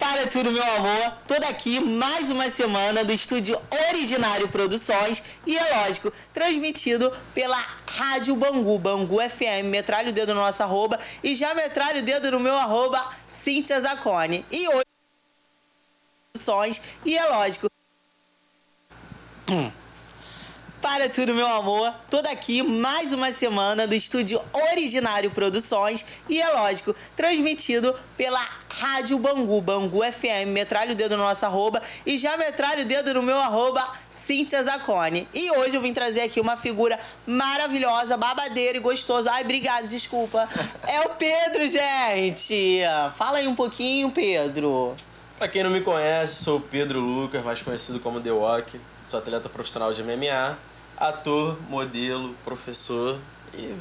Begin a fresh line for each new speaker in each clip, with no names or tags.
Olha tudo, meu amor. Toda aqui, mais uma semana do estúdio Originário Produções e, é lógico, transmitido pela Rádio Bangu, Bangu FM. Metralha o dedo no nosso arroba e já metralha o dedo no meu arroba, Cintia Zacone. E hoje, Produções e, é lógico, para tudo, meu amor. Toda aqui, mais uma semana do estúdio Originário Produções e, é lógico, transmitido pela Rádio Bangu, Bangu FM. Metralha o dedo no nosso arroba e já metralha o dedo no meu arroba, Cintia Zacone. E hoje eu vim trazer aqui uma figura maravilhosa, babadeira e gostosa. Ai, obrigado, desculpa. É o Pedro, gente. Fala aí um pouquinho, Pedro.
Pra quem não me conhece, sou o Pedro Lucas, mais conhecido como The Walk. Sou atleta profissional de MMA, ator, modelo, professor e.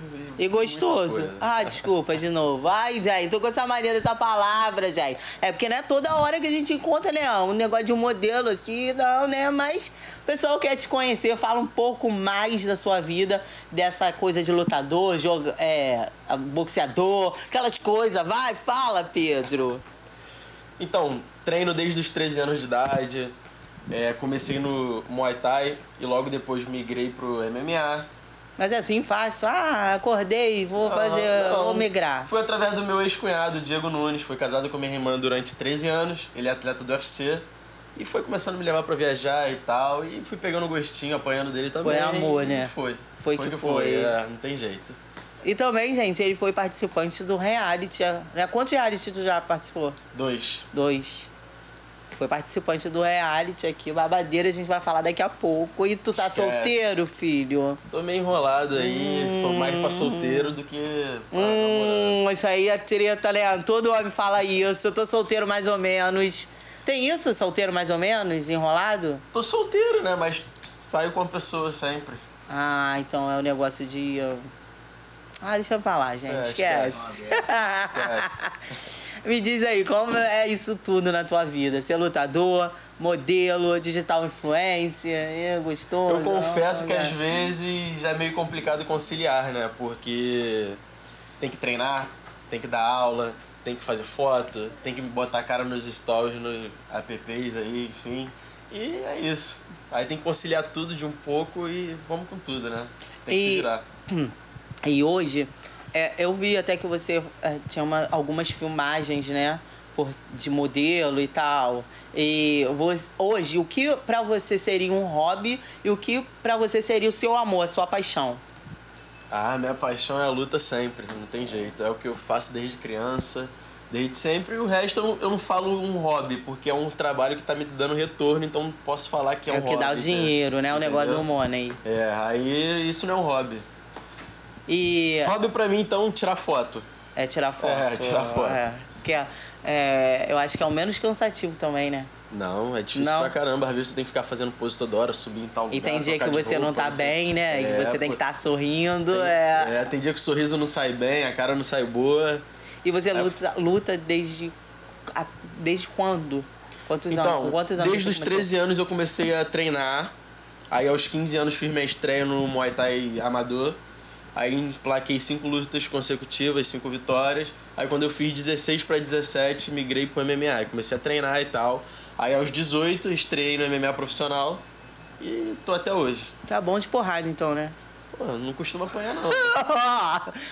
E gostoso.
muita coisa.
Ah, desculpa, de novo. Ai, gente, tô com essa mania dessa palavra, gente. É porque não é toda hora que a gente encontra, né? Um negócio de um modelo aqui, não, né? Mas o pessoal quer te conhecer, fala um pouco mais da sua vida, dessa coisa de lutador, joga, é, boxeador, aquelas coisas. Vai, fala, Pedro.
Então, treino desde os 13 anos de idade. É, comecei no Muay Thai e logo depois migrei pro MMA.
Mas é assim, fácil. Ah, acordei, vou fazer,
Ah, não.
vou migrar.
Foi através do meu ex-cunhado, Diego Nunes. Foi casado com minha irmã durante 13 anos. Ele é atleta do UFC. E foi começando a me levar pra viajar e tal. E fui pegando gostinho, apanhando dele também.
Foi amor, né?
E Foi.
Foi que foi.
É, não tem jeito.
E também, gente, ele foi participante do reality. Né? Quantos reality tu já participou?
Dois.
Dois. Foi participante do reality aqui, babadeira, a gente vai falar daqui a pouco. E tu tá
Esquece.
solteiro, filho?
Tô meio enrolado aí, sou mais pra solteiro do que pra namorado.
Hum, isso aí é treta, né? Todo homem fala isso. Eu tô solteiro mais ou menos. Tem isso, solteiro mais ou menos, enrolado?
Tô solteiro, né? Mas saio com a pessoa sempre.
Ah, então é um negócio de. ah, Ah, deixa eu falar, gente.
É,
esquece.
esquece.
Me diz aí, como é isso tudo na tua vida? Ser lutador, modelo, digital influencer, é gostoso?
Eu confesso
Não,
que
né?
às vezes é meio complicado conciliar, né? Porque tem que treinar, tem que dar aula, tem que fazer foto, tem que botar a cara nos stories, nos apps aí, enfim. E é isso. Aí tem que conciliar tudo de um pouco e vamos com tudo, né? Tem que
E-
se virar.
E hoje, é, eu vi até que você é, tinha uma- algumas filmagens, né? por- de modelo e tal. E vo- hoje, o que pra você seria um hobby e o que pra você seria o seu amor, a sua paixão?
Ah, minha paixão é a luta sempre, não tem jeito. É o que eu faço desde criança, desde sempre. E o resto eu não, eu não falo um hobby, porque é um trabalho que tá me dando retorno, então não posso falar que é,
É,
um
o que
hobby.
dá o dinheiro, né? O negócio do
Entendeu?
money.
É, aí isso não é um hobby.
E
Hobby pra mim, então, tirar foto.
é tirar foto.
É, tirar foto.
é. que é, é, eu acho que é o menos cansativo também, né?
Não, é difícil
Não.
pra caramba. Às vezes você tem que ficar fazendo pose toda hora, subir em tal
E tem
lugar,
dia que
trocar de
você não
roupa,
tá
sei.
bem, né?
É,
e você tem que
pô.
estar sorrindo.
Tem-
é.
é, tem dia que o sorriso não sai bem, a cara não sai boa.
E
É.
você luta, luta desde, a- desde quando? Quantos anos?
Então,
Com quantos anos
desde
você
os
começou?
13 anos eu comecei a treinar. Aí aos 15 anos fiz minha estreia no Muay Thai amador. Aí emplaquei cinco lutas consecutivas, cinco vitórias. Aí quando eu fiz 16 para 17, migrei pro MMA, Aí comecei a treinar e tal. Aí aos 18 estreiei no MMA profissional e tô até hoje.
Tá bom de porrada então, né?
Pô, não costumo apanhar não.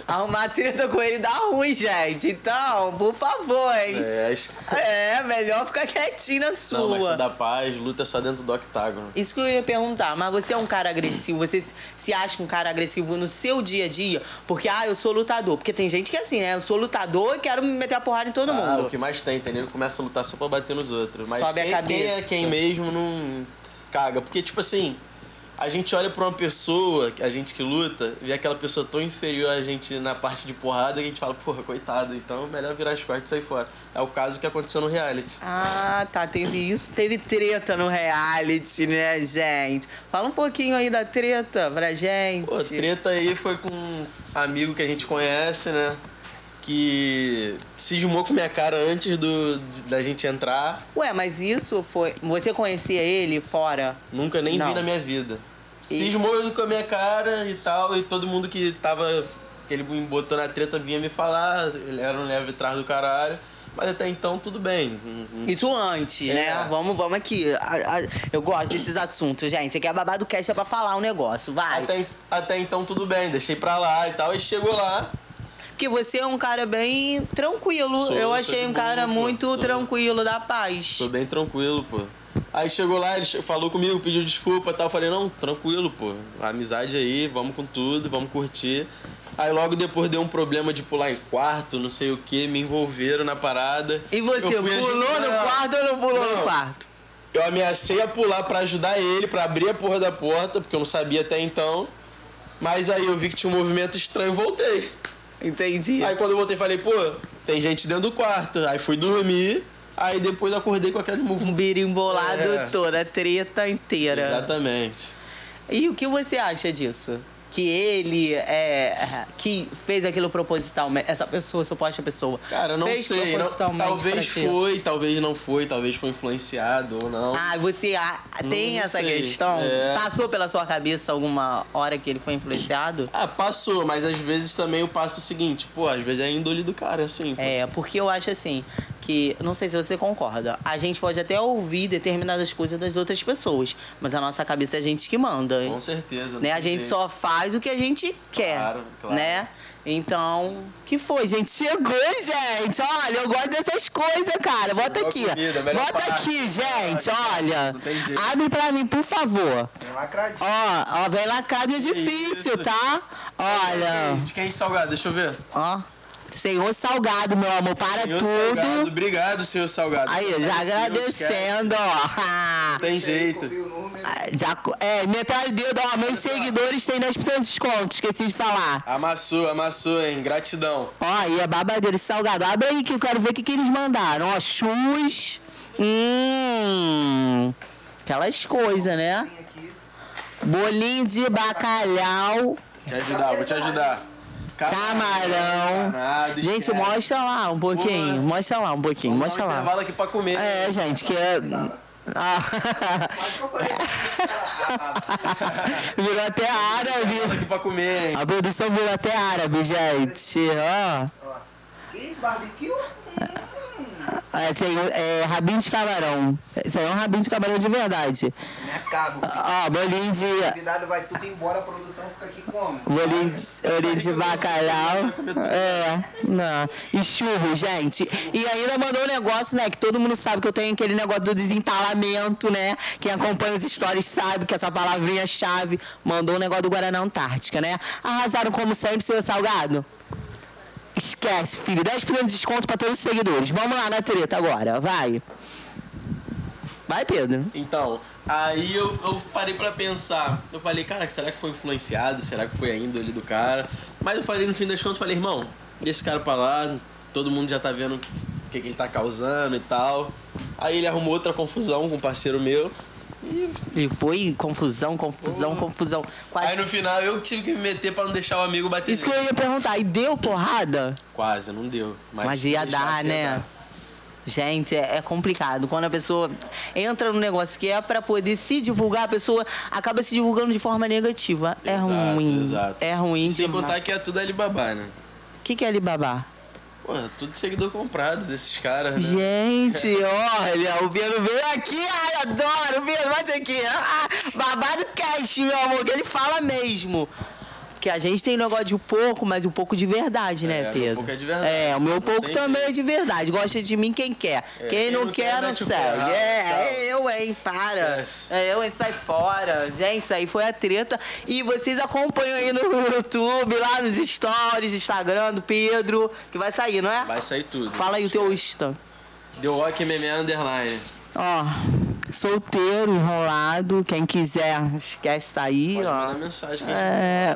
Arrumar treta com ele dá ruim, gente. Então, por favor, hein?
é, acho-
É, melhor ficar quietinho na sua.
não, mas isso dá paz, luta é só dentro do octágono.
Isso que eu ia perguntar, mas você é um cara agressivo, você se- se acha um cara agressivo no seu dia a dia? Porque, ah, eu sou lutador. Porque tem gente que é assim, né? Eu sou lutador e quero me meter a porrada em todo
Ah, o
mundo.
que mais tem, entendeu? Começa a lutar só pra bater nos outros. Mas
Sobe a
quem, quem é
cabeça.
quem mesmo não caga. Porque, tipo assim, a gente olha pra uma pessoa, a gente que luta, vê aquela pessoa tão inferior a gente na parte de porrada que a gente fala, porra, coitado, então é melhor virar as costas e sair fora. É o caso que aconteceu no reality.
Ah, tá, teve isso. Teve treta no reality, né, gente? Fala um pouquinho aí da treta pra gente.
Pô, a treta aí foi com um amigo que a gente conhece, né? Que cismou com minha cara antes do, de- da gente entrar.
Ué, mas isso foi. Você conhecia ele fora?
Nunca nem
Não.
vi na minha vida.
E-
Cismou com a minha cara e tal, e todo mundo que tava. que ele me botou na treta vinha me falar, ele era um leve atrás do caralho. Mas até então, tudo bem. Hum, hum.
Isso antes, né?
É.
Vamos, vamos aqui. A- a- Eu gosto desses assuntos, gente. Aqui é babado cast é pra falar um negócio, vai.
Até, en- até então, tudo bem. Deixei pra lá e tal. E chegou lá.
Porque você é um cara bem tranquilo.
Sou,
eu
sou
achei
de
um
boa,
cara
pô.
muito
Sou.
tranquilo, da paz.
Sou bem tranquilo, pô. Aí chegou lá, ele che- falou comigo, pediu desculpa e tal. Eu falei, não, tranquilo, pô. Amizade aí, vamos com tudo, vamos curtir. Aí logo depois deu um problema de pular em quarto, não sei o que, me envolveram na parada.
E você,
Eu fui
pulou no
ajudar.
quarto ou não pulou no
Não.
quarto?
Eu ameacei a pular pra ajudar ele, pra abrir a porra da porta, porque eu não sabia até então. Mas aí eu vi que tinha um movimento estranho e voltei.
Entendi.
Aí quando eu voltei, falei, pô, tem gente dentro do quarto. Aí fui dormir, aí depois eu acordei com aquele
Um
movimento.
birimbolado
É.
toda, a treta inteira.
Exatamente.
E o que você acha disso? Que ele é. que fez aquilo propositalmente. Essa pessoa, suposta pessoa.
Cara, eu não
fez
sei. Não,
propositalmente pra
talvez
ti?
foi, talvez não foi, talvez foi influenciado ou não.
Ah, você ah, tem
Não
essa
sei.
questão?
É.
Passou pela sua cabeça alguma hora que ele foi influenciado?
Ah, passou, mas às vezes também eu passo o seguinte, pô, às vezes é a índole do cara, assim. pô.
É, porque eu acho assim, que, não sei se você concorda, a gente pode até ouvir determinadas coisas das outras pessoas, mas a nossa cabeça é a gente que manda, hein?
Com certeza.
né?
não
A gente
sei.
só faz o que a gente quer,
Claro, claro.
né? Então, que foi, gente? Chegou, gente! Olha, eu gosto dessas coisas, cara. Bota
Chegou a
aqui.
comida, a melhor
Bota
parte.
aqui, gente,
Ah,
olha.
não tem jeito.
Abre pra mim, por favor.
Tem lacradinho.
Ó, ó, vem lacrado é difícil,
isso?
tá? Olha.
De quem é salgado? Deixa eu ver.
Ó. Senhor Salgado, meu amor, para
Senhor
tudo.
Salgado, obrigado, senhor Salgado.
Aí,
Senhor
já
Salgado,
agradecendo, ó.
Não tem jeito.
Descobri o número.
Já, co- é, metade do dedo, ó, meus seguidores têm 10% de desconto, esqueci de falar.
Amassou, amassou, hein? Gratidão.
Ó, e é babadeiro salgado. Abre aí que eu quero ver o que, que eles mandaram. Ó, chus. Hum. Aquelas coisas, né?
Tem aqui.
Bolinho de bacalhau,
Vou te ajudar, vou te ajudar.
camarão.
Camarada,
Gente,
esquece.
mostra lá um pouquinho.
Boa.
Mostra lá um pouquinho,
Vamos dar
mostra
um
lá.
intervalo aqui pra comer.
É, gente, que é. Ah.
Mas eu falei.
Virou até árabe.
aqui pra comer, hein?
A produção virou até árabe, gente. Ó.
Ó. Quis barbecue? Hum,
É, senhor- é, rabinho de camarão. Isso aí é um rabinho de camarão de verdade.
me acabo.
Ó, bolinho
O
de.
convidado vai tudo embora, a produção fica aqui como?
Bolinho de, bolinho de bacalhau. É, não. E churro, gente. E ainda mandou um negócio, né? Que todo mundo sabe que eu tenho aquele negócio do desentalamento, né? Quem acompanha os stories sabe que essa palavrinha-chave mandou um negócio do Guaraná Antártica, né? Arrasaram como sempre, senhor Salgado. Esquece, filho. 10% de desconto pra todos os seguidores. Vamos lá na treta agora. Vai. Vai, Pedro.
Então, aí eu, eu parei pra pensar. Eu falei, cara, será que foi influenciado? Será que foi a índole do cara? Mas eu falei, no fim das contas, eu falei, irmão, deixa esse cara pra lá, todo mundo já tá vendo o que, que ele tá causando e tal. Aí ele arrumou outra confusão com um parceiro meu.
E foi confusão, confusão, confusão. Quase.
Aí no final eu tive que me meter pra não deixar o amigo bater
Isso que
nele.
eu ia perguntar. E deu porrada?
Quase, não deu. Mas,
Mas ia
deixar
dar,
assim,
né? Gente, é é complicado. Quando a pessoa entra num negócio que é pra poder se divulgar, a pessoa acaba se divulgando de forma negativa. É
Exato,
ruim.
exato.
É ruim.
E sem
demais.
contar que é tudo Alibaba, né?
O que, que é Alibaba?
Pô, é tudo seguidor comprado desses caras, né?
Gente, olha, o Bino veio aqui, ai, adoro, Bino, bate aqui. Ah, babado cast, meu amor, que ele fala mesmo. Porque a gente tem negócio de pouco, mas um pouco de verdade, né,
É, meu
Pedro?
pouco é de verdade,
É, o meu
não
pouco
tem
também
jeito. É,
é de verdade. Gosta de mim quem quer. quem,
quem
não,
não
quer,
quer,
não
mete o
segue.
pé errado,
É,
tchau.
é eu, hein? Para.
Esquece.
É eu, hein? Sai fora. Gente, isso aí foi a treta. E vocês acompanham aí no YouTube, lá nos stories, Instagram do Pedro, que vai sair, não é?
Vai sair tudo.
Fala aí o teu Insta.
The Walk MMA Underline.
Ó, solteiro, enrolado, quem quiser, esquece tá aí,
Pode
ó.
mandar mensagem que a gente...
É,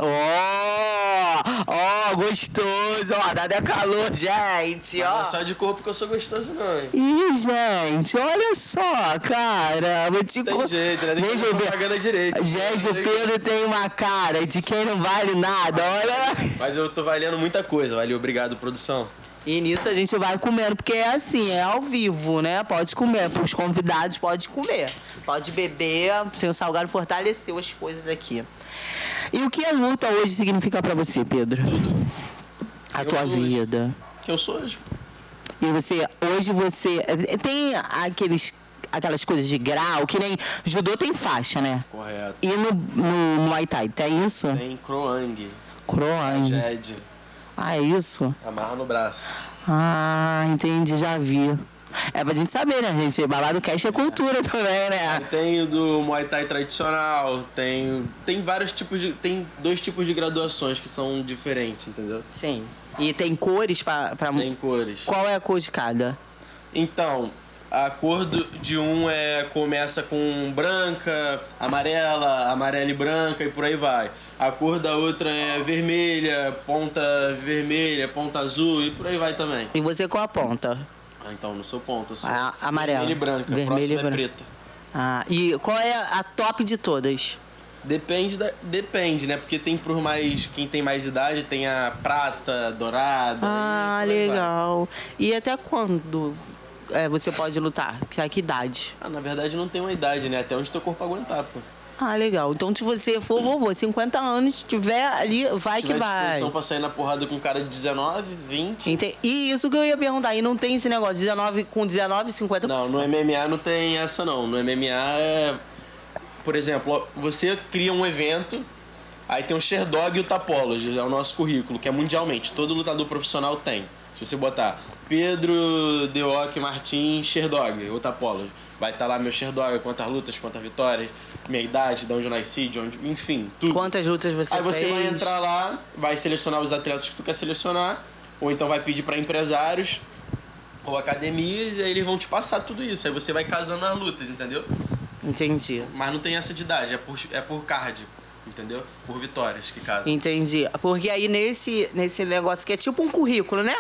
ó, ó, gostoso, ó, dá até calor, gente,
Mas não
ó.
é só de corpo que eu sou gostoso, não, hein?
Ih, gente, olha só, cara, vou te
Tem
con-
jeito, né? Tem que
Gente,
fazer
o Pe-
propaganda direito. né?
Gente, o Pedro tem uma cara de quem não vale nada, olha.
Mas eu tô valendo muita coisa. Valeu, obrigado, produção.
E nisso a gente vai comendo, porque é assim, é ao vivo, né? Pode comer, pros convidados pode comer. Pode beber, sem o salgado fortaleceu as coisas aqui. E o que a luta hoje significa pra você, Pedro? A
Eu
tua
hoje.
vida.
Que eu sou tipo, hoje.
E você, hoje você. Tem aqueles, aquelas coisas de grau, que nem judô tem faixa, né?
Correto.
E no, no Muay Thai, tem isso?
Tem é. Croang,
Croange.
Jed,
Ah, é isso?
amarra no braço.
Ah, entendi, já vi. É pra gente saber, né, gente? Balado cash é cultura também,
E
né?
Tem o do Muay Thai tradicional, tem, tem vários tipos de. Tem dois tipos de graduações que são diferentes, entendeu?
Sim. E tem cores pra. pra...
Tem cores.
Qual é a cor de cada?
Então, a cor do- de um é começa com branca, amarela, amarela e branca e por aí vai. A cor da outra é vermelha, ponta vermelha, ponta azul e por aí vai também.
E você qual a ponta?
Ah, então, no seu ponto, eu sou
A- Ah, amarela.
vermelha e branca,
Vermelha
próxima
e
é
branca.
preta.
Ah, e qual é a top de todas?
Depende, da- depende, né? Porque tem por mais. Quem tem mais idade tem a prata, dourada.
Ah,
e por aí vai.
legal. E até quando é, você pode lutar? Que- é A que idade?
Ah, na verdade não tem uma idade, né? Até onde teu corpo aguentar, pô.
Ah, legal. Então, se você for vovô, 50 anos, tiver ali, vai que
Tiver
vai.
disposição pra sair na porrada com um cara de 19, 20.
Ente- E isso que eu ia perguntar, e não tem esse negócio, 19 com 19, 50
Não, no MMA não tem essa não. No MMA é. Por exemplo, ó, você cria um evento, aí tem o Sherdog e o Tapology, é o nosso currículo, que é mundialmente, todo lutador profissional tem. Se você botar Pedro, Deoc, Martins, Sherdog ou Tapology, vai estar lá meu Sherdog, quantas lutas, quantas vitórias, minha idade, de onde eu nasci, de onde. Enfim, tudo.
Quantas lutas você
Aí você
fez?
vai entrar lá, vai selecionar os atletas que tu quer selecionar, ou então vai pedir pra empresários ou academias, e aí eles vão te passar tudo isso. Aí você vai casando as lutas, entendeu?
Entendi.
Mas não tem essa de idade, é por, é por card, entendeu? Por vitórias que casam.
Entendi. Porque aí nesse, nesse negócio que é tipo um currículo, né?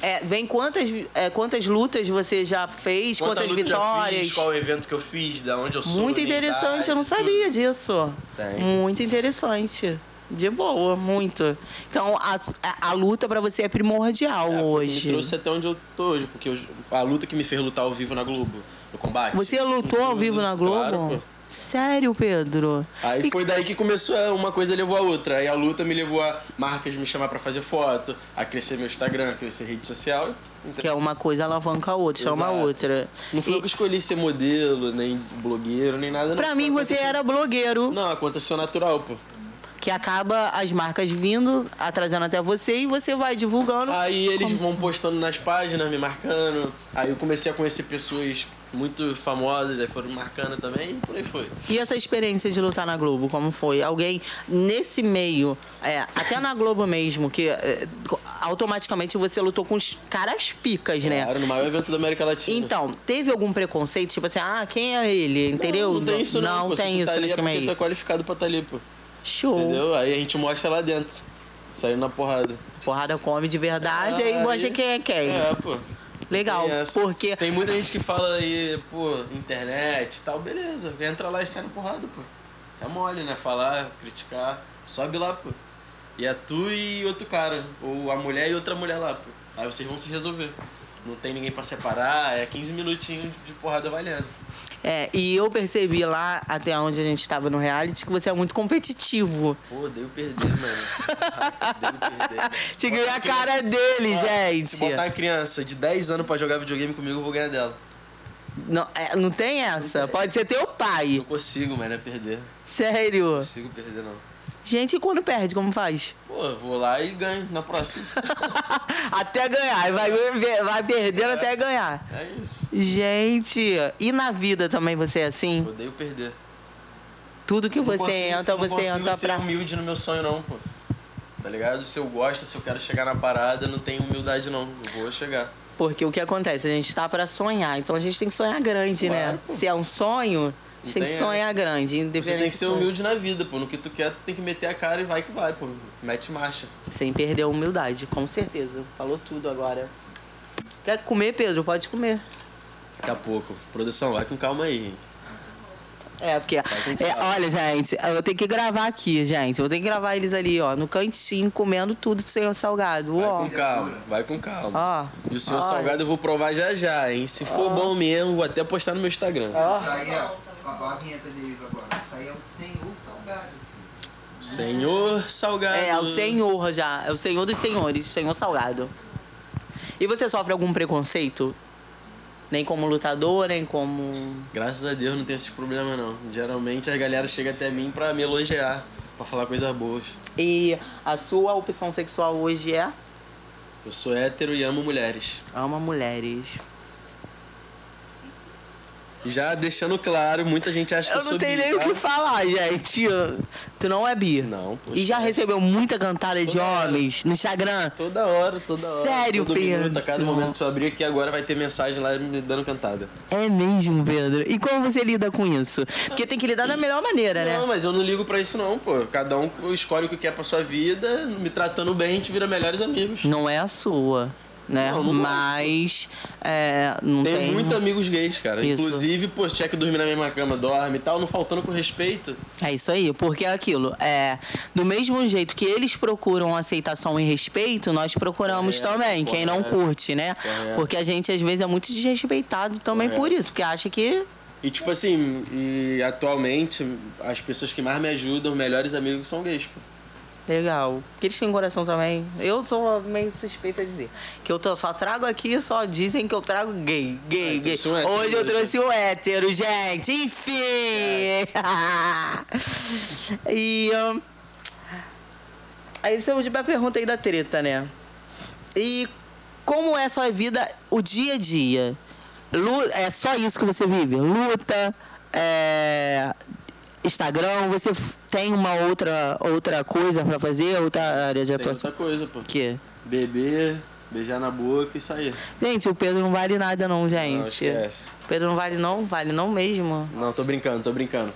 É, vem quantas, é, quantas lutas você já fez, quantas,
luta eu já
vitórias.
Fiz, qual é evento que eu fiz, da onde eu sou.
Muito
minha
interessante,
idade,
eu não
tudo.
sabia disso.
Tem.
Muito interessante. De boa, muito. Então, a, a- a luta pra você é primordial
É, foi o que
hoje.
Me trouxe até onde eu tô hoje, porque eu- a luta que me fez lutar ao vivo na Globo, no combate.
Você lutou ao
Tudo,
vivo na Globo?
Claro, pô.
Sério, Pedro?
Aí
E-
foi daí que começou é, uma coisa levou a outra. Aí a luta me levou a marcas me chamar pra fazer foto, a crescer meu Instagram, crescer rede social.
Que é uma coisa alavanca a outra, chama a
Exato.
outra.
Não foi
E
eu que escolhi ser modelo, nem blogueiro, nem nada. não.
pra mim, você é era blogueiro,
Não, aconteceu natural, pô.
que acaba as marcas vindo, atrasando até você e você vai divulgando.
Aí eles
Como-
vão postando nas páginas, me marcando. Aí eu comecei a conhecer pessoas muito famosas, aí foram me marcando também, e por aí foi.
E essa experiência de lutar na Globo, como foi? Alguém nesse meio, é, até na Globo mesmo, que é, automaticamente você lutou com os caras picas, né?
Era no maior evento da América Latina.
Então, teve algum preconceito? Tipo assim, ah, quem é ele? Entendeu?
Não, não tem isso, não.
Não
pô. Se
tem
tu
isso
tá ali é
nesse
porque
meio.
tu é qualificado pra estar ali, pô.
Show.
Entendeu? Aí a gente mostra lá dentro. Saindo na porrada.
Porrada come de verdade, aí mostra quem é quem.
Ah, É, pô.
Legal,
Tem essa.
porque
Tem muita gente que fala aí, pô, internet e tal, beleza. Entra lá e sai na porrada, pô. É mole, né? Falar, criticar. Sobe lá, pô. E é tu e outro cara. Ou a mulher e outra mulher lá, pô. Aí vocês vão se resolver. Não tem ninguém pra separar, é 15 minutinhos de porrada valendo.
é, e eu percebi lá, até onde a gente estava no reality, que você é muito competitivo.
Pô, deu perder, mano. deu perder.
Te ganhou a
Botar uma
cara dele,
criança-
gente.
Se botar uma criança de 10 anos pra jogar videogame comigo, eu vou ganhar dela.
Não, é, não tem essa. Pode ser teu pai.
Não consigo, mano, é perder. Não
Sério.
consigo perder, não.
Gente, e quando perde, como faz?
Pô, eu vou lá e ganho na próxima.
até ganhar. e Vai, ver- vai perdendo até ganhar.
é isso.
Gente, e na vida também você é assim?
Odeio perder.
Tudo que
Não
você
consigo-
entra, você
Não
entra
consigo ser um-
pra.
humilde no meu sonho, não, pô. Tá ligado? Se eu gosto, se eu quero chegar na parada, não tem humildade, não. Eu vou chegar.
Porque o que acontece? A gente tá pra sonhar. Então a gente tem que sonhar grande, né?
Claro, pô.
Se é um sonho, a gente
Não
tem que
tem
sonhar grande. Independente
Você tem que ser
do-
humilde na vida, pô. No que tu quer, tu tem que meter a cara e vai que vai, pô. Mete marcha.
Sem perder a humildade, com certeza. Falou tudo agora. Quer comer, Pedro? Pode comer.
Daqui a pouco. Produção, vai com calma aí. hein?
É, porque.
com
é,
calma.
olha, gente, eu tenho que gravar aqui, gente. Eu tenho que gravar eles ali, ó, no cantinho, comendo tudo do senhor salgado.
Vai
Ó.
com calma, vai com calma.
Ó.
E o senhor
Olha.
salgado eu vou provar já já, hein? Se for bom mesmo, vou até postar no meu Instagram.
Isso aí é. Ó, ó a vinheta deles agora. Isso aí é o Senhor Salgado.
Senhor salgado.
É, é o senhor já. É o senhor dos senhores, senhor salgado. E você sofre algum preconceito? Nem como lutador, nem como.
Graças a Deus não tem esses problemas não. Geralmente a galera chega até mim pra me elogiar, pra falar coisas boas.
E a sua opção sexual hoje é?
Eu sou hétero e amo mulheres.
Ama mulheres.
Já deixando claro, muita gente acha que
Eu
eu sou
não tenho
bi,
nem o
tá?
que falar, gente. Tu não é bi.
Não, poxa.
E já recebeu muita cantada de
Toda hora.
homens no Instagram?
Toda hora, toda hora.
Sério,
todo minuto, a
Pedro?
cada momento que eu abrir aqui agora vai ter mensagem lá me dando cantada.
É mesmo, Pedro. E como você lida com isso? Porque tem que lidar da melhor maneira,
Não,
né?
mas eu não ligo pra isso não, pô. Cada um escolhe o que quer pra sua vida, me tratando bem, a gente vira melhores amigos.
Não é a sua, né?
Não, não
mas é, não
Tenho
tem.
muitos amigos gays, cara.
Isso.
Inclusive, pô, se tiver que dormir na mesma cama, dorme e tal, não faltando com respeito.
É isso aí, porque é aquilo. É, do mesmo jeito que eles procuram aceitação e respeito, nós procuramos
Correto,
também, quem não
É, correto.
curte, né?
Correto.
Porque a gente, às vezes, é muito desrespeitado também
Correto.
por isso, porque acha que.
E tipo assim, e atualmente, as pessoas que mais me ajudam, melhores amigos, são gays, pô.
Legal. Porque eles têm coração também. Eu sou meio suspeita a dizer. Que eu tô- só trago aqui, só dizem que eu trago gay. Gay,
Ah,
gay.
trouxe um hétero
Hoje eu
hoje.
trouxe o hétero, gente. Enfim!
É.
e. hum, aí você é a pergunta aí da treta, né? E como é a sua vida, o dia a dia? Lu- é só isso que você vive? Luta, é, Instagram, você f- tem uma outra, outra coisa pra fazer, outra área de
Tem
atuação?
essa coisa, pô.
O quê?
Beber, beijar na boca e sair.
Gente, o Pedro não vale nada não,
Não,
gente.
esquece.
o Pedro não vale não, vale não mesmo.
Não, tô brincando, tô brincando.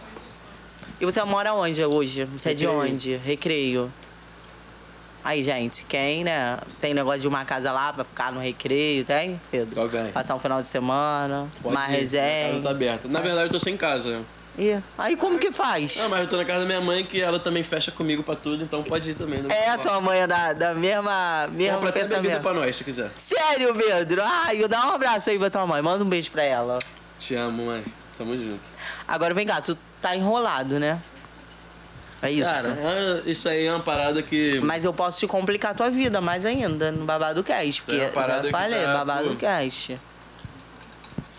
E você mora onde hoje? Você é
Recreio.
de onde? Recreio. Aí, gente, quem, né? Tem negócio de uma casa lá pra ficar no recreio, tem, Pedro?
Tá bem.
Passar um final de semana,
Pode
uma
ir, minha
resenha.
casa tá aberta. Na verdade, eu tô sem casa. né?
Ih, aí como que faz?
Ah, mas eu tô na casa da minha mãe, que ela também fecha comigo pra tudo, então pode ir também. não
É,
tem
a tua mãe é da, da mesma,
problema.
mesma
Compra até bebida
pensamento.
pra nós, se quiser.
Sério, Pedro? Ai, dá um abraço aí pra tua mãe. Manda um beijo pra ela.
Te amo, mãe. Tamo junto.
Agora vem cá, tu tá enrolado, né? É isso.
Cara, é- isso aí é uma parada que.
Mas eu posso te complicar a tua vida mais ainda no Babado Cash. Porque
É uma
eu
parada
já
que
falei,
tá,
Babado
pô.
Cash.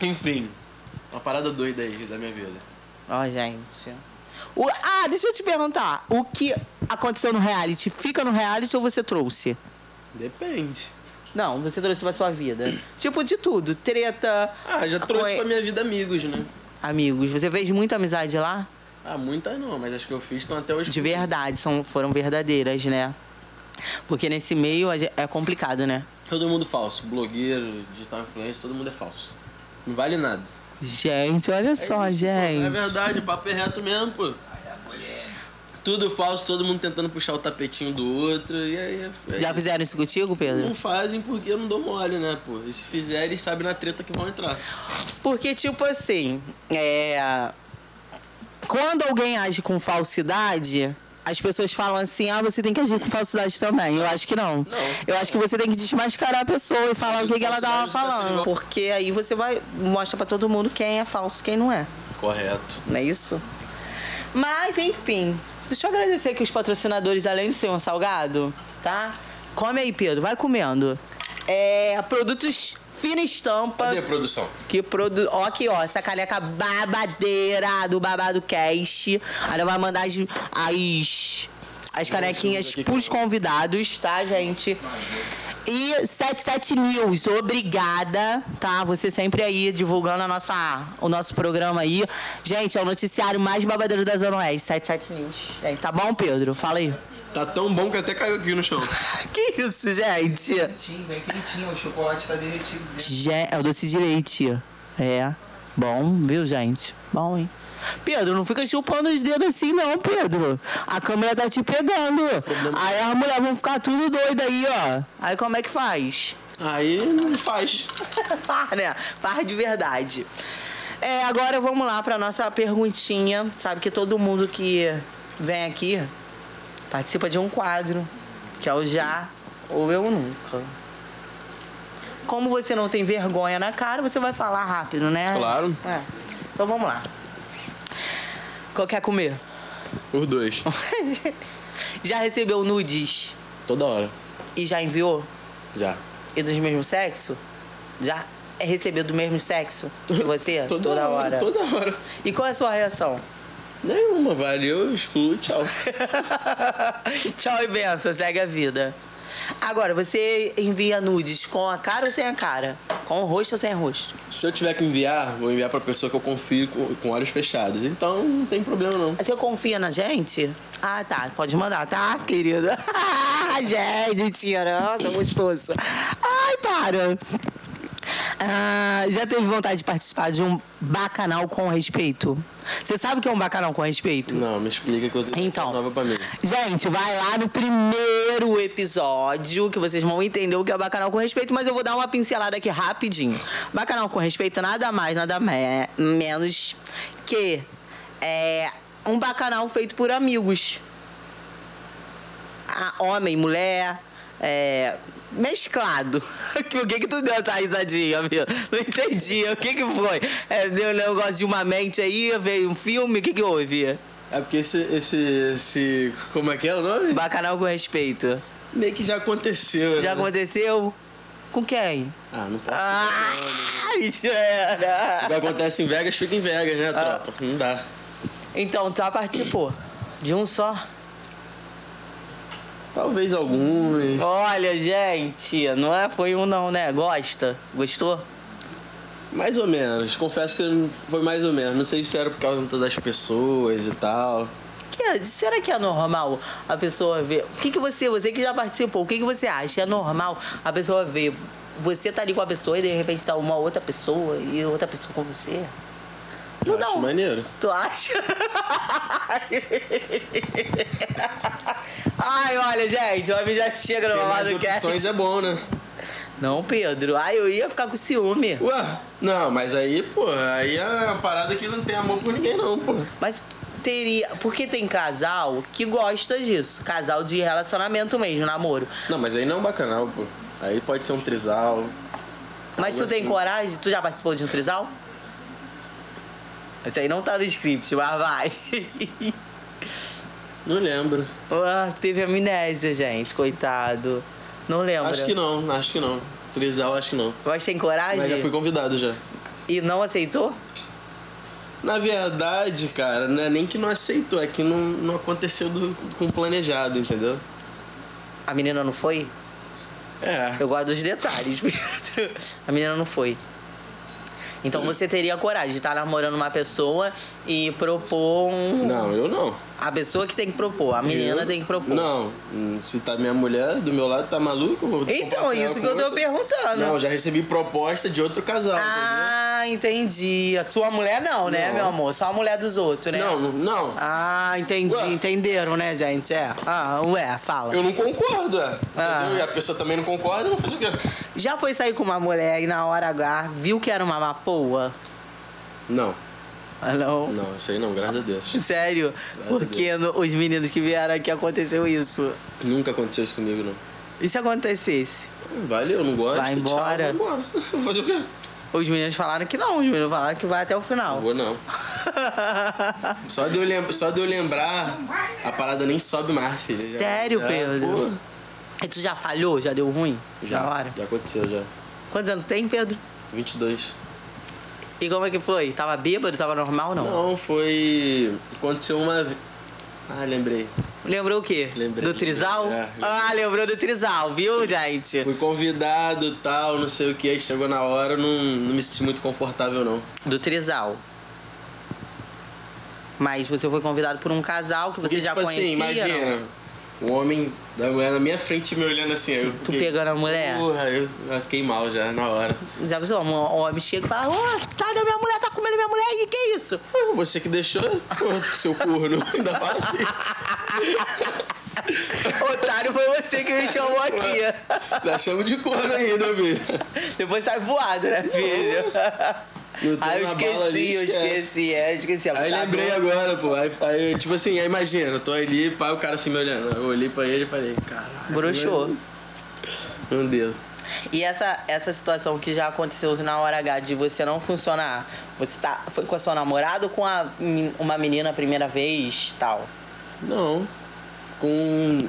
Enfim, uma parada doida aí da minha vida.
Ó, gente. O- ah, deixa eu te perguntar. O que aconteceu no reality? Fica no reality ou você trouxe?
Depende.
Não, você trouxe pra sua vida. tipo, de tudo. Treta,
Ah, já
Ah,
trouxe
qual é?
pra minha vida amigos, né?
amigos. Você fez muita amizade lá?
Ah, muitas não, mas as que eu fiz estão até hoje.
De
comigo.
verdade, são, foram verdadeiras, né? Porque nesse meio a ge- é complicado, né?
Todo mundo falso. Blogueiro, digital influencer, todo mundo é falso. Não vale nada.
Gente, olha só,
isso, pô. É
gente.
verdade, o papo é reto mesmo, pô. Tudo falso, todo mundo tentando puxar o tapetinho do outro. E aí. é-
Já fizeram isso contigo, Pedro?
Não fazem porque eu não dou mole, né, pô? E se fizer, eles sabem na treta que vão entrar.
Porque, tipo assim, é. Quando alguém age com falsidade, as pessoas falam assim: ah, você tem que agir com falsidade também. Eu acho que não. Eu acho que você tem que desmascarar a pessoa e falar o que, que ela tava
Falsidade tá sendo
falando.
igual-
Porque aí você vai. mostra pra todo mundo quem é falso e quem não é.
Correto.
Não é isso? Mas, enfim. Deixa eu agradecer aqui os patrocinadores, além de ser um salgado, tá? Come aí, Pedro. Vai comendo. É. Produtos fina estampa.
Cadê a produção?
Que produ... Ó aqui, ó, essa caneca babadeira do Babado Cast. Ela vai mandar as, as, as canequinhas
aqui que
pros
eu-
convidados, tá, gente? E 77 News, obrigada, tá? Você sempre aí divulgando a nossa, o nosso programa aí. Gente, é o noticiário mais babadeiro da Zona Oeste, 77 News. É, tá bom, Pedro? Fala aí.
Tá tão bom que até caiu aqui no chão.
Que isso, gente?
Quentinho, bem quentinho. O chocolate tá derretido dentro.
Ge- É o doce de leite. É. Bom, viu, gente? Bom, hein? Pedro, não fica chupando os dedos assim, não, Pedro. A câmera tá te pegando. Aí as mulheres vão ficar tudo doida aí, ó. Aí como é que faz?
Aí não faz.
Faz, né? Faz de verdade. É, agora vamos lá pra nossa perguntinha. Sabe que todo mundo que vem aqui participa de um quadro, que é o Já ou Eu Nunca. Como você não tem vergonha na cara, você vai falar rápido, né?
Claro.
É. Então vamos lá. Qual quer comer?
Os dois.
já recebeu nudes
Toda hora.
e já enviou?
Já.
e do mesmo sexo já é recebido do mesmo sexo que você toda, hora.
Toda hora.
E qual é a sua reação?
Nenhuma, valeu, excluo, tchau.
Tchau e benção, segue a vida. Agora, você envia nudes com a cara ou sem a cara? Com o rosto ou sem rosto?
Se eu tiver que enviar, vou enviar pra pessoa que eu confio com, com olhos fechados. Então não tem problema não.
Você confia na gente? Ah, tá. Pode mandar, tá, querida? Ah, gente, tira. Nossa, é gostoso. Ai, para. Ah, já teve vontade de participar de um bacanal com respeito? Você sabe o que é um bacanal com respeito?
Não, me explica que eu tô
Então.
nova pra mim.
Gente, vai lá no primeiro episódio que vocês vão entender o que é Bacanal com Respeito, mas eu vou dar uma pincelada aqui rapidinho. Bacanal com Respeito nada mais, nada me- menos que é um bacanal feito por amigos. Ah, homem, mulher, é, mesclado. o que que tu deu essa risadinha, amigo? Não entendi. O que que foi? É, deu um negócio de uma mente aí, veio um filme, o que que houve?
É porque esse, esse, esse. Como é que é o nome?
Bacanal com Respeito.
Meio que já aconteceu,
Já
né?
aconteceu? Com quem?
Ah, não posso.
Ai, Jana!
O que acontece em Vegas, fica em Vegas, né,
Ah.
tropa? Não dá.
Então, tu já participou? De um só?
Talvez alguns.
Olha, gente, não é, foi um não, né? Gosta? Gostou?
Mais ou menos. Confesso que foi mais ou menos. Não sei se era por causa das pessoas e tal.
Que- será que é normal a pessoa ver? O que, que você, você que já participou, o que, que você acha? É normal a pessoa ver? Você tá ali com a pessoa e de repente tá uma outra pessoa e outra pessoa com você? Não
Eu
dá
acho
um-
maneiro.
Tu acha? Ai, olha, gente, o homem já chega no
Ter mais
lado que é.
opções é bom, né?
Não, Pedro. Ai, eu ia ficar com ciúme.
Ué, não, mas aí, pô, aí é uma parada que não tem amor por ninguém, não, pô.
Mas teria. Porque tem casal que gosta disso. Casal de relacionamento mesmo, namoro.
Não, mas aí não é um bacanal, pô. Aí pode ser um trisal.
Mas tu
Algo
tem
assim.
coragem? Tu já participou de um trisal? Esse aí não tá no script, mas vai.
Não lembro.
Ah, teve amnésia, gente, coitado. Não lembro.
Acho que não, acho que não. Trisal, acho que não.
Mas tem coragem?
Mas já fui convidado já.
E não aceitou?
Na verdade, cara, não é nem que não aceitou, é que não, não aconteceu do, com o planejado, entendeu?
A menina não foi?
É.
Eu gosto dos detalhes, Pedro. A menina não foi. Então você teria coragem de estar namorando uma pessoa e propor um.
Não, eu não.
A pessoa que tem que propor, a menina
Eu-
tem que propor.
Não, hum, se tá minha mulher do meu lado, tá maluco? Eu vou
Então,
compartilhar
isso
com
que eu tô
outra.
perguntando.
Não, já recebi proposta de outro casal,
Ah, entendi. A sua mulher não, né,
Não.
meu amor? Só a mulher dos outros, né?
entendeu? Não, não.
Ah, entendi.
Ué.
Entenderam, né, gente? É. Ah, ué, fala.
Eu não concordo, é.
Ah.
Entendeu? E a pessoa também não concorda, eu vou fazer o quê?
Já foi sair com uma mulher e na hora H viu que era uma mapoa?
Não,
Ah, não.
não, isso aí não, graças a Deus.
Sério?
Graças a
Porque no- os meninos que vieram aqui aconteceu isso.
Nunca aconteceu isso comigo, não.
E se acontecesse?
Valeu, não gosto.
Vai embora.
Tchau, vou embora. Vou fazer o quê?
Os meninos falaram que não, os meninos falaram que vai até o
Não
final.
vou, não. Só de eu, lem- só de eu lembrar, a parada nem sobe mais, filho. Já-
Sério,
já,
Pedro?
pô,
e tu já falhou? Já deu ruim? Na
já,
hora?
já aconteceu, já.
Quantos anos tem, Pedro?
22.
E como é que foi? Tava bêbado? Tava normal ou não?
Não, foi... Aconteceu uma... ve- Ah, lembrei.
Lembrou o quê?
Lembrei,
Do Trisal?
lembrei, é, lembrei.
ah, lembrou do Trisal, viu, gente?
Fui convidado tal, não sei o que, aí chegou na hora, eu não, não me senti muito confortável, não.
Do Trisal. Mas você foi convidado por um casal que você
Porque,
já
tipo
conhecia.
assim,
não?
imagina. Um homem da mulher na minha frente me olhando assim. aí Eu
Tu pegando é. a mulher?
Porra, eu eu fiquei mal já na hora.
Já pensou? Um homem chega e fala, ô, tá da minha mulher, tá comendo minha mulher, e que isso?
Pô, "Ah, Você que deixou, pô, seu corno, ainda fala assim.
Otário, foi você que me chamou aqui.
Ainda chamo de corno ainda, bicho.
Depois sai voado, né, filho?
Não tem
Aí eu
uma bala ali,
esqueci, eu
esquece.
esqueci, é, eu esqueci.
Aí lembrei agora, pô. Aí, aí, tipo assim, aí imagina, eu tô ali, pá, o cara assim me olhando. Eu olhei pra ele e falei, caralho.
Broxou.
Não deu.
E essa, essa situação que já aconteceu na hora H de você não funcionar, você tá, foi com a sua namorada ou com a men- uma menina a primeira vez tal?
Não. com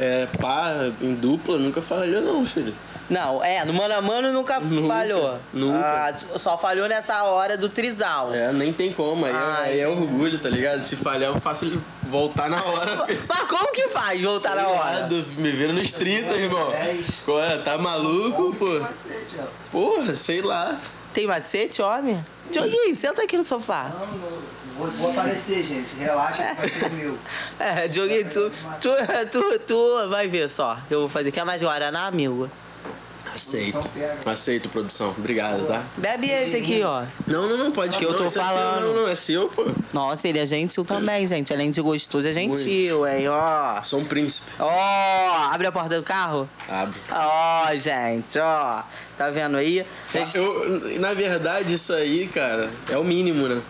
é, par, em dupla, nunca falhou não, filho.
Não, é, no mano a mano nunca,
Nunca,
falhou.
nunca.
Ah, só falhou nessa hora do trisal.
É, nem tem como, aí, é-
Ah,
aí é orgulho, tá ligado? Se falhar, eu faço ele voltar na hora. filho.
Mas como que faz voltar na hora?
Obrigado, Me vira nos 30, irmão.
Dez.
Qual é? Tá maluco, pô?
Macete, ó.
Porra, sei lá.
Tem macete, homem? Dioguinho, senta aqui no sofá.
Não, não. Vou, vou aparecer, gente. Relaxa que vai ter meu.
É, Dioguinho, tu, tu, tu, tu vai ver só. Eu vou fazer. Quer mais Guaraná, amigo?
Aceito.
Produção pega.
Aceito, produção. Obrigado, tá?
Bebe esse aqui, ó.
Não, não, não, pode
Que eu
não,
tô
esse é seu,
falando.
Não, não, é seu, pô.
Nossa, ele é gentil também, gente. Além de gostoso, é gentil, hein? Ó.
Sou um príncipe.
Ó, abre a porta do carro.
Abre.
Ó, gente, ó. Tá vendo aí? Gente,
Eu, na verdade, isso aí, cara, é o mínimo, né?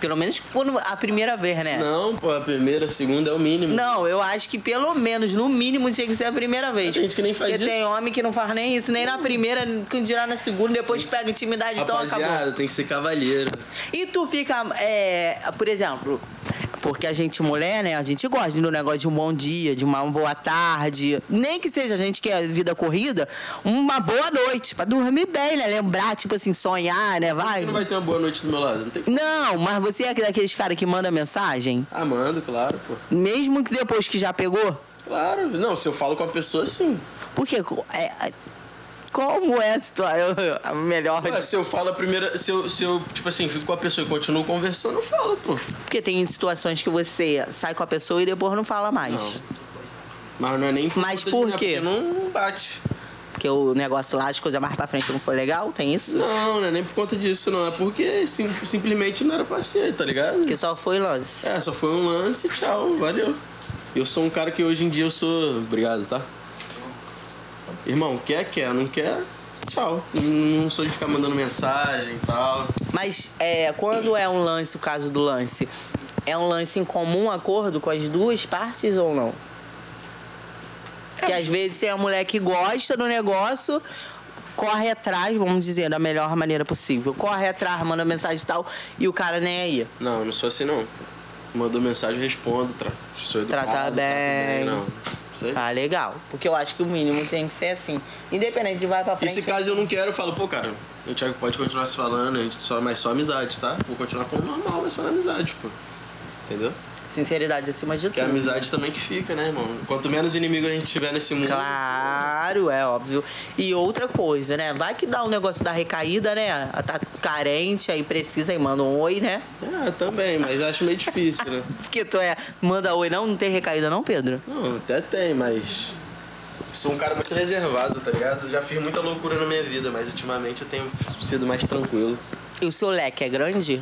Pelo menos quando a primeira vez, né?
Não, pô, a primeira, a segunda é o mínimo.
Não, eu acho que pelo menos, no mínimo, tinha que ser a primeira vez.
Tem gente que nem faz
Porque
isso.
tem homem que não faz nem isso, nem na primeira, que dirá na segunda, depois pega intimidade, então acabou.
Rapaziada, tem que ser cavalheiro.
E tu fica, é, por exemplo, porque a gente mulher, né, a gente gosta do negócio de um bom dia, de uma boa tarde, nem que seja a gente que é vida corrida, uma boa noite, pra dormir bem, né, lembrar, tipo assim, sonhar, né, vai.
Quem não vai ter uma boa noite do meu lado? Não tem...
Não, mas você é daqueles cara que manda mensagem,
Ah, mando, claro, pô.
mesmo que depois que já pegou?
Claro. Não, se eu falo com a pessoa, sim.
Porque, é, é, como é a situação, a melhor...
Ué, se eu falo a primeira. Se eu, se eu, tipo assim, fico com a pessoa e continuo conversando, eu falo, pô.
Porque tem situações que você sai com a pessoa e depois não fala mais.
Não. Mas não é nem
Mas
conta de-
por
né,
quê?
Porque não bate.
Porque o negócio lá, as coisas mais pra frente não foi legal, tem isso?
Não, não é nem por conta disso, não. É porque sim- simplesmente não era pra ser, tá ligado?
Que só foi lance.
É, só foi um lance, tchau, valeu. Eu sou um cara que hoje em dia eu sou. Obrigado, tá? Irmão, quer, quer, não quer, tchau. Não não sou de ficar mandando mensagem e tal.
Mas é, quando é um lance, o caso do lance, é um lance em comum acordo com as duas partes ou não? Porque às vezes tem a mulher que gosta do negócio, corre atrás, vamos dizer, da melhor maneira possível. Corre atrás, manda mensagem e tal, e o cara nem aí.
Não, eu não sou assim não. Mandou mensagem, eu respondo, tra... sou educado.
Trata
trato
bem.
Não, isso aí.
Ah, legal. Porque eu acho que o mínimo tem que ser assim. Independente de vai pra frente.
E se caso eu não quero, eu falo, pô, cara, o Thiago pode continuar se falando, a gente só, mas só amizade, tá? Vou continuar falando normal, mas só na amizade, pô. Entendeu?
Sinceridade acima de tudo.
Que é a amizade também que fica, né, irmão? Quanto menos inimigo a gente tiver nesse mundo.
Claro, é óbvio. E outra coisa, né? Vai que dá um negócio da recaída, né? Tá carente, aí precisa e manda um oi, né?
Ah, também, mas acho meio difícil, né?
Porque tu é. Manda oi, não? Não tem recaída, não, Pedro?
Não, até tem, mas. Sou um cara muito reservado, tá ligado? Já fiz muita loucura na minha vida, mas ultimamente eu tenho sido mais tranquilo.
E o seu leque é grande?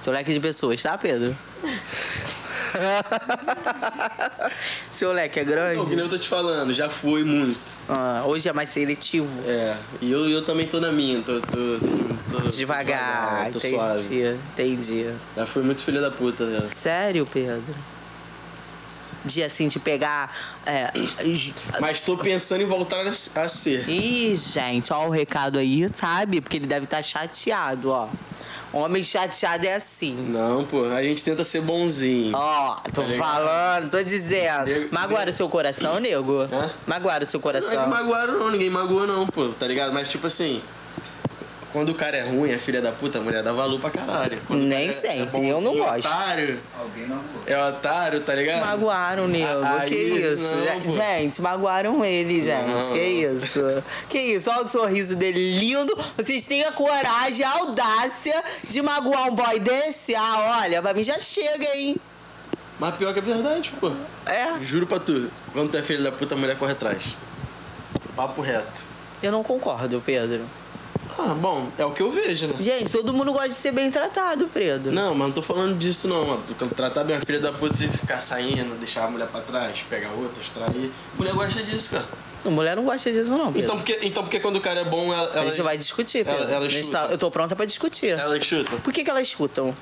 Seu leque de pessoas, tá, Pedro? seu leque é
Não, que nem
grande?
eu tô te falando, já foi muito.
Ah, hoje é mais seletivo.
É, e eu, eu também tô na minha, tô. tô, tô- tô-
Devagar,
tô
entendi.
suave.
Entendi.
Já fui muito filho da puta, né?
Sério, Pedro? De assim, de pegar. É, j-
Mas tô pensando em voltar a a ser.
Ih, gente, ó o recado aí, sabe? Porque ele deve estar chateado, ó. Homem chateado é assim.
Não, pô, a gente tenta ser bonzinho.
Ó, tô
Tá ligado?
falando, tô dizendo.
Nego-
Magoaram o seu coração, nego?
Hã?
Magoaram o seu
Não, é não
coração.
magoaram não, ninguém magoou não, pô, tá ligado? Mas tipo assim, quando o cara é ruim, é filha da puta, a mulher dá valor pra caralho. Quando o
Nem
cara é
sempre,
bonzinho,
eu não gosto.
Otário,
Alguém não amou.
é otário, tá
Te
ligado?
Magoaram, nego.
Ah,
que
aí,
isso?
não, pô.
gente, magoaram ele, gente.
Não.
Que isso? Que isso? Olha o sorriso dele lindo. Vocês têm a coragem, a audácia de magoar um boy desse? Ah, olha, pra mim já chega, hein?
Mas pior que é verdade, pô.
É.
Juro pra tu, quando tu é filho da puta, a mulher corre atrás. Papo reto.
Eu não concordo, Pedro.
Ah, bom, é o que eu vejo, né?
Gente, todo mundo gosta de ser bem tratado, Pedro.
Não, mas não tô falando disso não, mano. Porque Tratar bem a filha da puta e ficar saindo, deixar a mulher pra trás, pegar outra, extrair. Mulher gosta disso, cara.
Mulher não gosta disso, não, Pedro.
Então porque, então porque quando o cara é bom, ela,
a
ela,
gente vai discutir, Pedro.
ela- ela
A gente
chuta.
tá- eu tô pronta pra discutir.
ela chuta?
Por que, que elas escutam?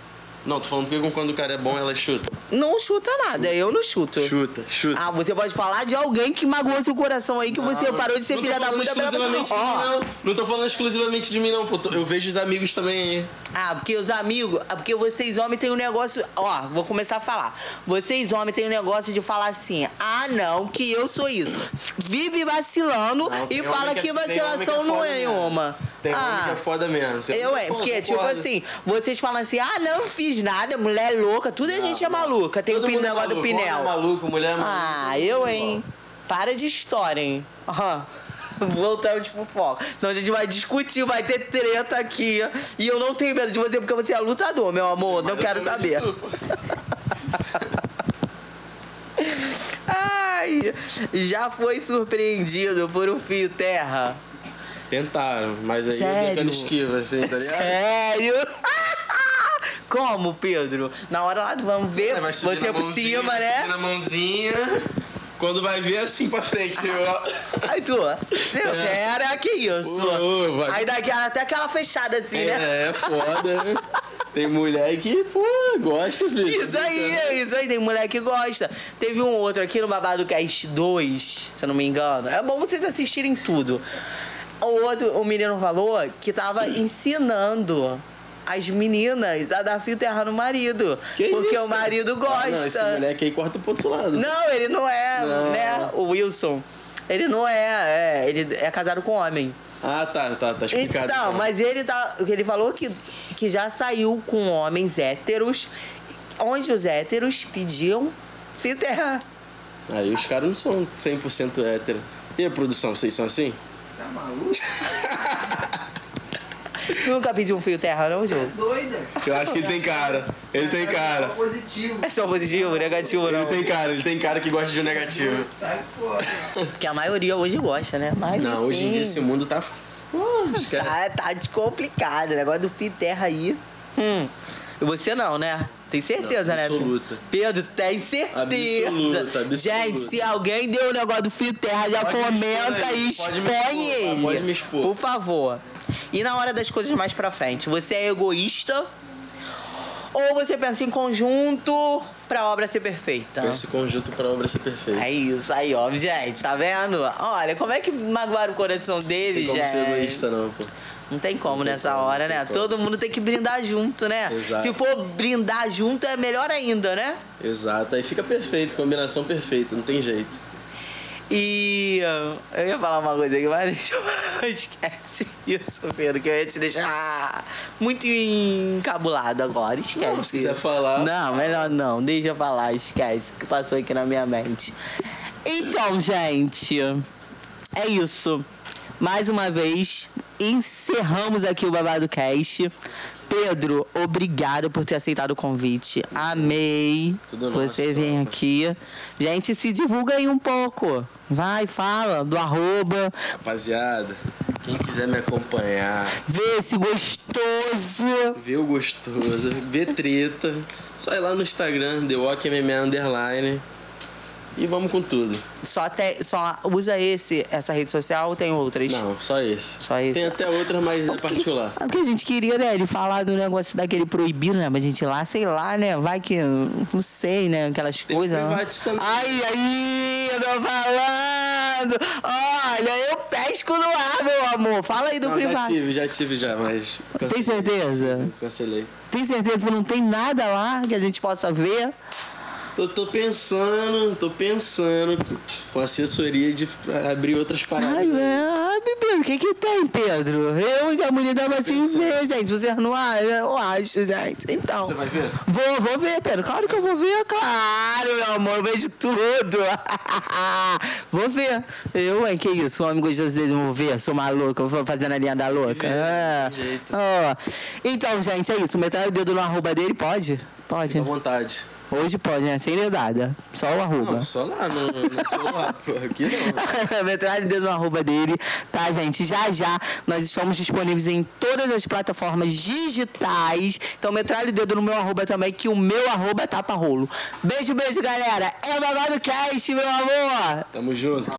Não, tô falando porque quando o cara é bom, ela chuta.
Não chuta nada, eu não chuto.
Chuta, chuta.
Ah, você pode falar de alguém que magoou seu coração aí, que você parou de ser
Não tô
filha da
falando
puta pra
exclusivamente de mim,
Ó,
não. Não tô falando exclusivamente de mim, não. Pô, Tô- eu vejo os amigos também aí.
Ah, porque os amigos, ah, porque vocês homens têm um negócio, ó, vou começar a falar. Vocês homens têm um negócio de falar assim: "Ah, não, que eu sou isso". Vive vacilando
Não,
e
tem
fala
homem
que,
é- tem
vacilação
homem que
não
foda
é
mesmo.
nenhuma.
Tem homem que
ah,
é foda mesmo. Tem
eu
homem
é,
que- Pô,
porque, tipo
concordo.
assim, vocês falam assim, ah, não fiz nada, mulher é louca, tudo a gente é maluca, tem
Todo
o pin-
mundo é
negócio do
maluco,
Pinel.
Homem é maluco, mulher é maluca.
Ah, eu, hein? Para de história, hein? Aham. Voltamos pro foco. Não, a gente vai discutir, vai ter treta aqui. E eu não tenho medo de você, porque você é lutador, meu amor. Não
Eu
quero
também
saber.
te culpo.
Ai, já foi surpreendido por um fio terra.
Tentaram, mas aí
Sério?
eu dei aquela esquiva, assim, tá ligado?
Sério? Como, Pedro? Na hora lá, vamos ver
Ela vai subir
você
na
por
mãozinha,
cima,
vai subir
né?
Na mãozinha. Quando vai ver assim pra frente, viu?
Aí tu, eu era que isso.
É. Ô, ô, vai.
Aí daqui até aquela fechada assim, né?
É, é foda. né? Tem mulher que, pô, gosta, tá filho.
Isso aí, é isso aí, tem mulher que gosta. Teve um outro aqui no Babado Cast 2, se eu não me engano. É bom vocês assistirem tudo. O outro, o menino falou que tava ensinando as meninas a dar fio terra no marido.
Que
porque
isso?
o marido
Ah, não, esse
gosta.
moleque aí corta pro outro lado.
Não, ele não é,
Não.
né? O Wilson. Ele não é, é, ele é casado com homem.
Ah, tá, tá, tá explicado.
Então,
cara.
mas ele tá. Ele falou que, que já saiu com homens héteros, onde os héteros pediam se enterrar.
Aí os caras não são 100% hétero. E a produção, vocês são assim?
Tá maluco?
Tu Nunca pediu um fio terra, não, Ju?
Doida? tá
Eu acho que ele tem cara. Ele tem cara.
Positivo.
É só positivo, negativo,
Ele
não.
tem cara, ele tem cara que gosta de um negativo.
Sai fora.
Porque a maioria hoje gosta, né? Mas,
Não, hoje em
enfim,
dia esse mundo tá. Pô, os caras.
Tá, tá descomplicado. O negócio do fio terra aí. Hum. E você não, né? Tem certeza, né? filho?
absoluta.
Pedro, tem certeza.
Absoluta, absoluta.
Gente, se alguém deu o negócio do fio terra, já
Pode me
comenta
expor
e
aí, pode me
expõe
expor,
ele.
pode me expor.
Por favor. E na hora das coisas mais pra frente, você é egoísta ou você pensa em conjunto pra obra ser perfeita?
Esse conjunto pra obra ser perfeito.
É isso tá. aí, ó, gente, tá vendo? Olha, como é que magoaram o coração dele,
Tem como
gente?
ser egoísta, não, pô.
Não tem como
Não tem
nessa
como,
hora,
não tem
né?
como.
Todo mundo tem que brindar junto, né?
Exato.
Se for brindar junto, é melhor ainda, né?
Exato, aí fica perfeito, combinação perfeita, não tem jeito.
E ah, eu ia falar uma coisa aqui, mas deixa eu... esquece isso, Pedro, que eu ia te deixar muito encabulado agora. Esquece.
Não, se quiser falar.
Não, Ah, melhor não. Deixa eu falar, esquece. que passou aqui na minha mente. Então, gente, é isso. Mais uma vez, encerramos aqui o Babado Cast. Pedro, obrigado por ter aceitado o convite. Amei.
Tudo nosso,
Você vem
tropa.
aqui. Gente, se divulga aí um pouco. Vai, fala do arroba.
Rapaziada, quem quiser me acompanhar,
Vê se gostoso.
vê o gostoso, vê treta, só ir lá no Instagram, The Walk MMA Underline. E vamos com tudo.
Só, te, só usa esse, essa rede social ou tem outras?
Não, só esse.
Só esse.
Tem até outra, mas é particular.
Ah, Porque a gente queria, né, ele falar do negócio daquele proibido, né? Mas a gente lá, sei lá, né? Vai que. Não sei, né? Aquelas coisas. né?
privados também.
Ai, ai, eu tô falando! Olha, eu pesco no ar, meu amor. Fala aí do
Não, já
privado.
tive, já tive já, mas.
Tem
cancelei.
certeza?
Cancelei.
Tem certeza que não tem nada lá que a gente possa ver?
Tô, tô pensando, tô pensando com assessoria de abrir outras paradas.
Ai,
aí.
é, abre, Pedro. O que que tem, Pedro? Eu e a mulher da assim ver, gente. Vocês não acham? Eu acho, gente. Então.
Você vai ver?
Vou, vou ver, Pedro. Claro que eu vou ver, claro, meu amor. Eu vejo tudo. vou ver. Eu, hein, que isso? Um homem gostoso dele, não vou ver. Sou maluca, eu vou fazendo a linha da louca.
jeito,
Ah.
de jeito.
Ó. Então, gente, é isso. Meter o dedo no arroba dele, pode? Pode.
Fica à vontade.
Hoje pode, né? Sem dedada. Só o arroba.
Não, só lá no, no celular, pô. Aqui não.
Metralha dentro no arroba dele, tá, gente? Já já nós estamos disponíveis em todas as plataformas digitais. Então, metralha o dedo no meu arroba também, que o meu arroba é tapa rolo. Beijo, beijo, galera. É babado cast, meu amor!
Tamo junto.